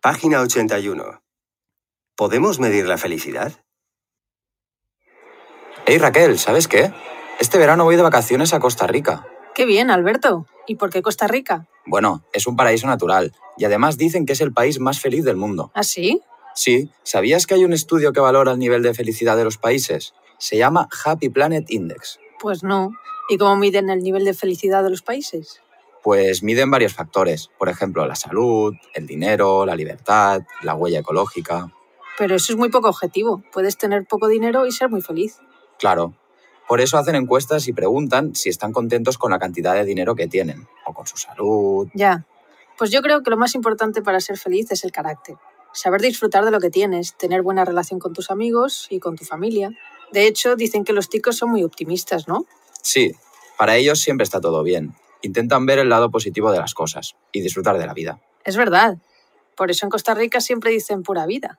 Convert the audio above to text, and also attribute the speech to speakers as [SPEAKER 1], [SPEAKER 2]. [SPEAKER 1] Página 81. ¿Podemos medir la felicidad?
[SPEAKER 2] Hey Raquel, ¿sabes qué? Este verano voy de vacaciones a Costa Rica.
[SPEAKER 3] Qué bien, Alberto. ¿Y por qué Costa Rica?
[SPEAKER 2] Bueno, es un paraíso natural y además dicen que es el país más feliz del mundo.
[SPEAKER 3] ¿Ah, sí?
[SPEAKER 2] Sí, ¿sabías que hay un estudio que valora el nivel de felicidad de los países? Se llama Happy Planet Index.
[SPEAKER 3] Pues no. ¿Y cómo miden el nivel de felicidad de los países?
[SPEAKER 2] Pues miden varios factores, por ejemplo, la salud, el dinero, la libertad, la huella ecológica.
[SPEAKER 3] Pero eso es muy poco objetivo. Puedes tener poco dinero y ser muy feliz.
[SPEAKER 2] Claro. Por eso hacen encuestas y preguntan si están contentos con la cantidad de dinero que tienen, o con su salud.
[SPEAKER 3] Ya. Pues yo creo que lo más importante para ser feliz es el carácter. Saber disfrutar de lo que tienes, tener buena relación con tus amigos y con tu familia. De hecho, dicen que los ticos son muy optimistas, ¿no?
[SPEAKER 2] Sí, para ellos siempre está todo bien. Intentan ver el lado positivo de las cosas y disfrutar de la vida.
[SPEAKER 3] Es verdad. Por eso en Costa Rica siempre dicen pura vida.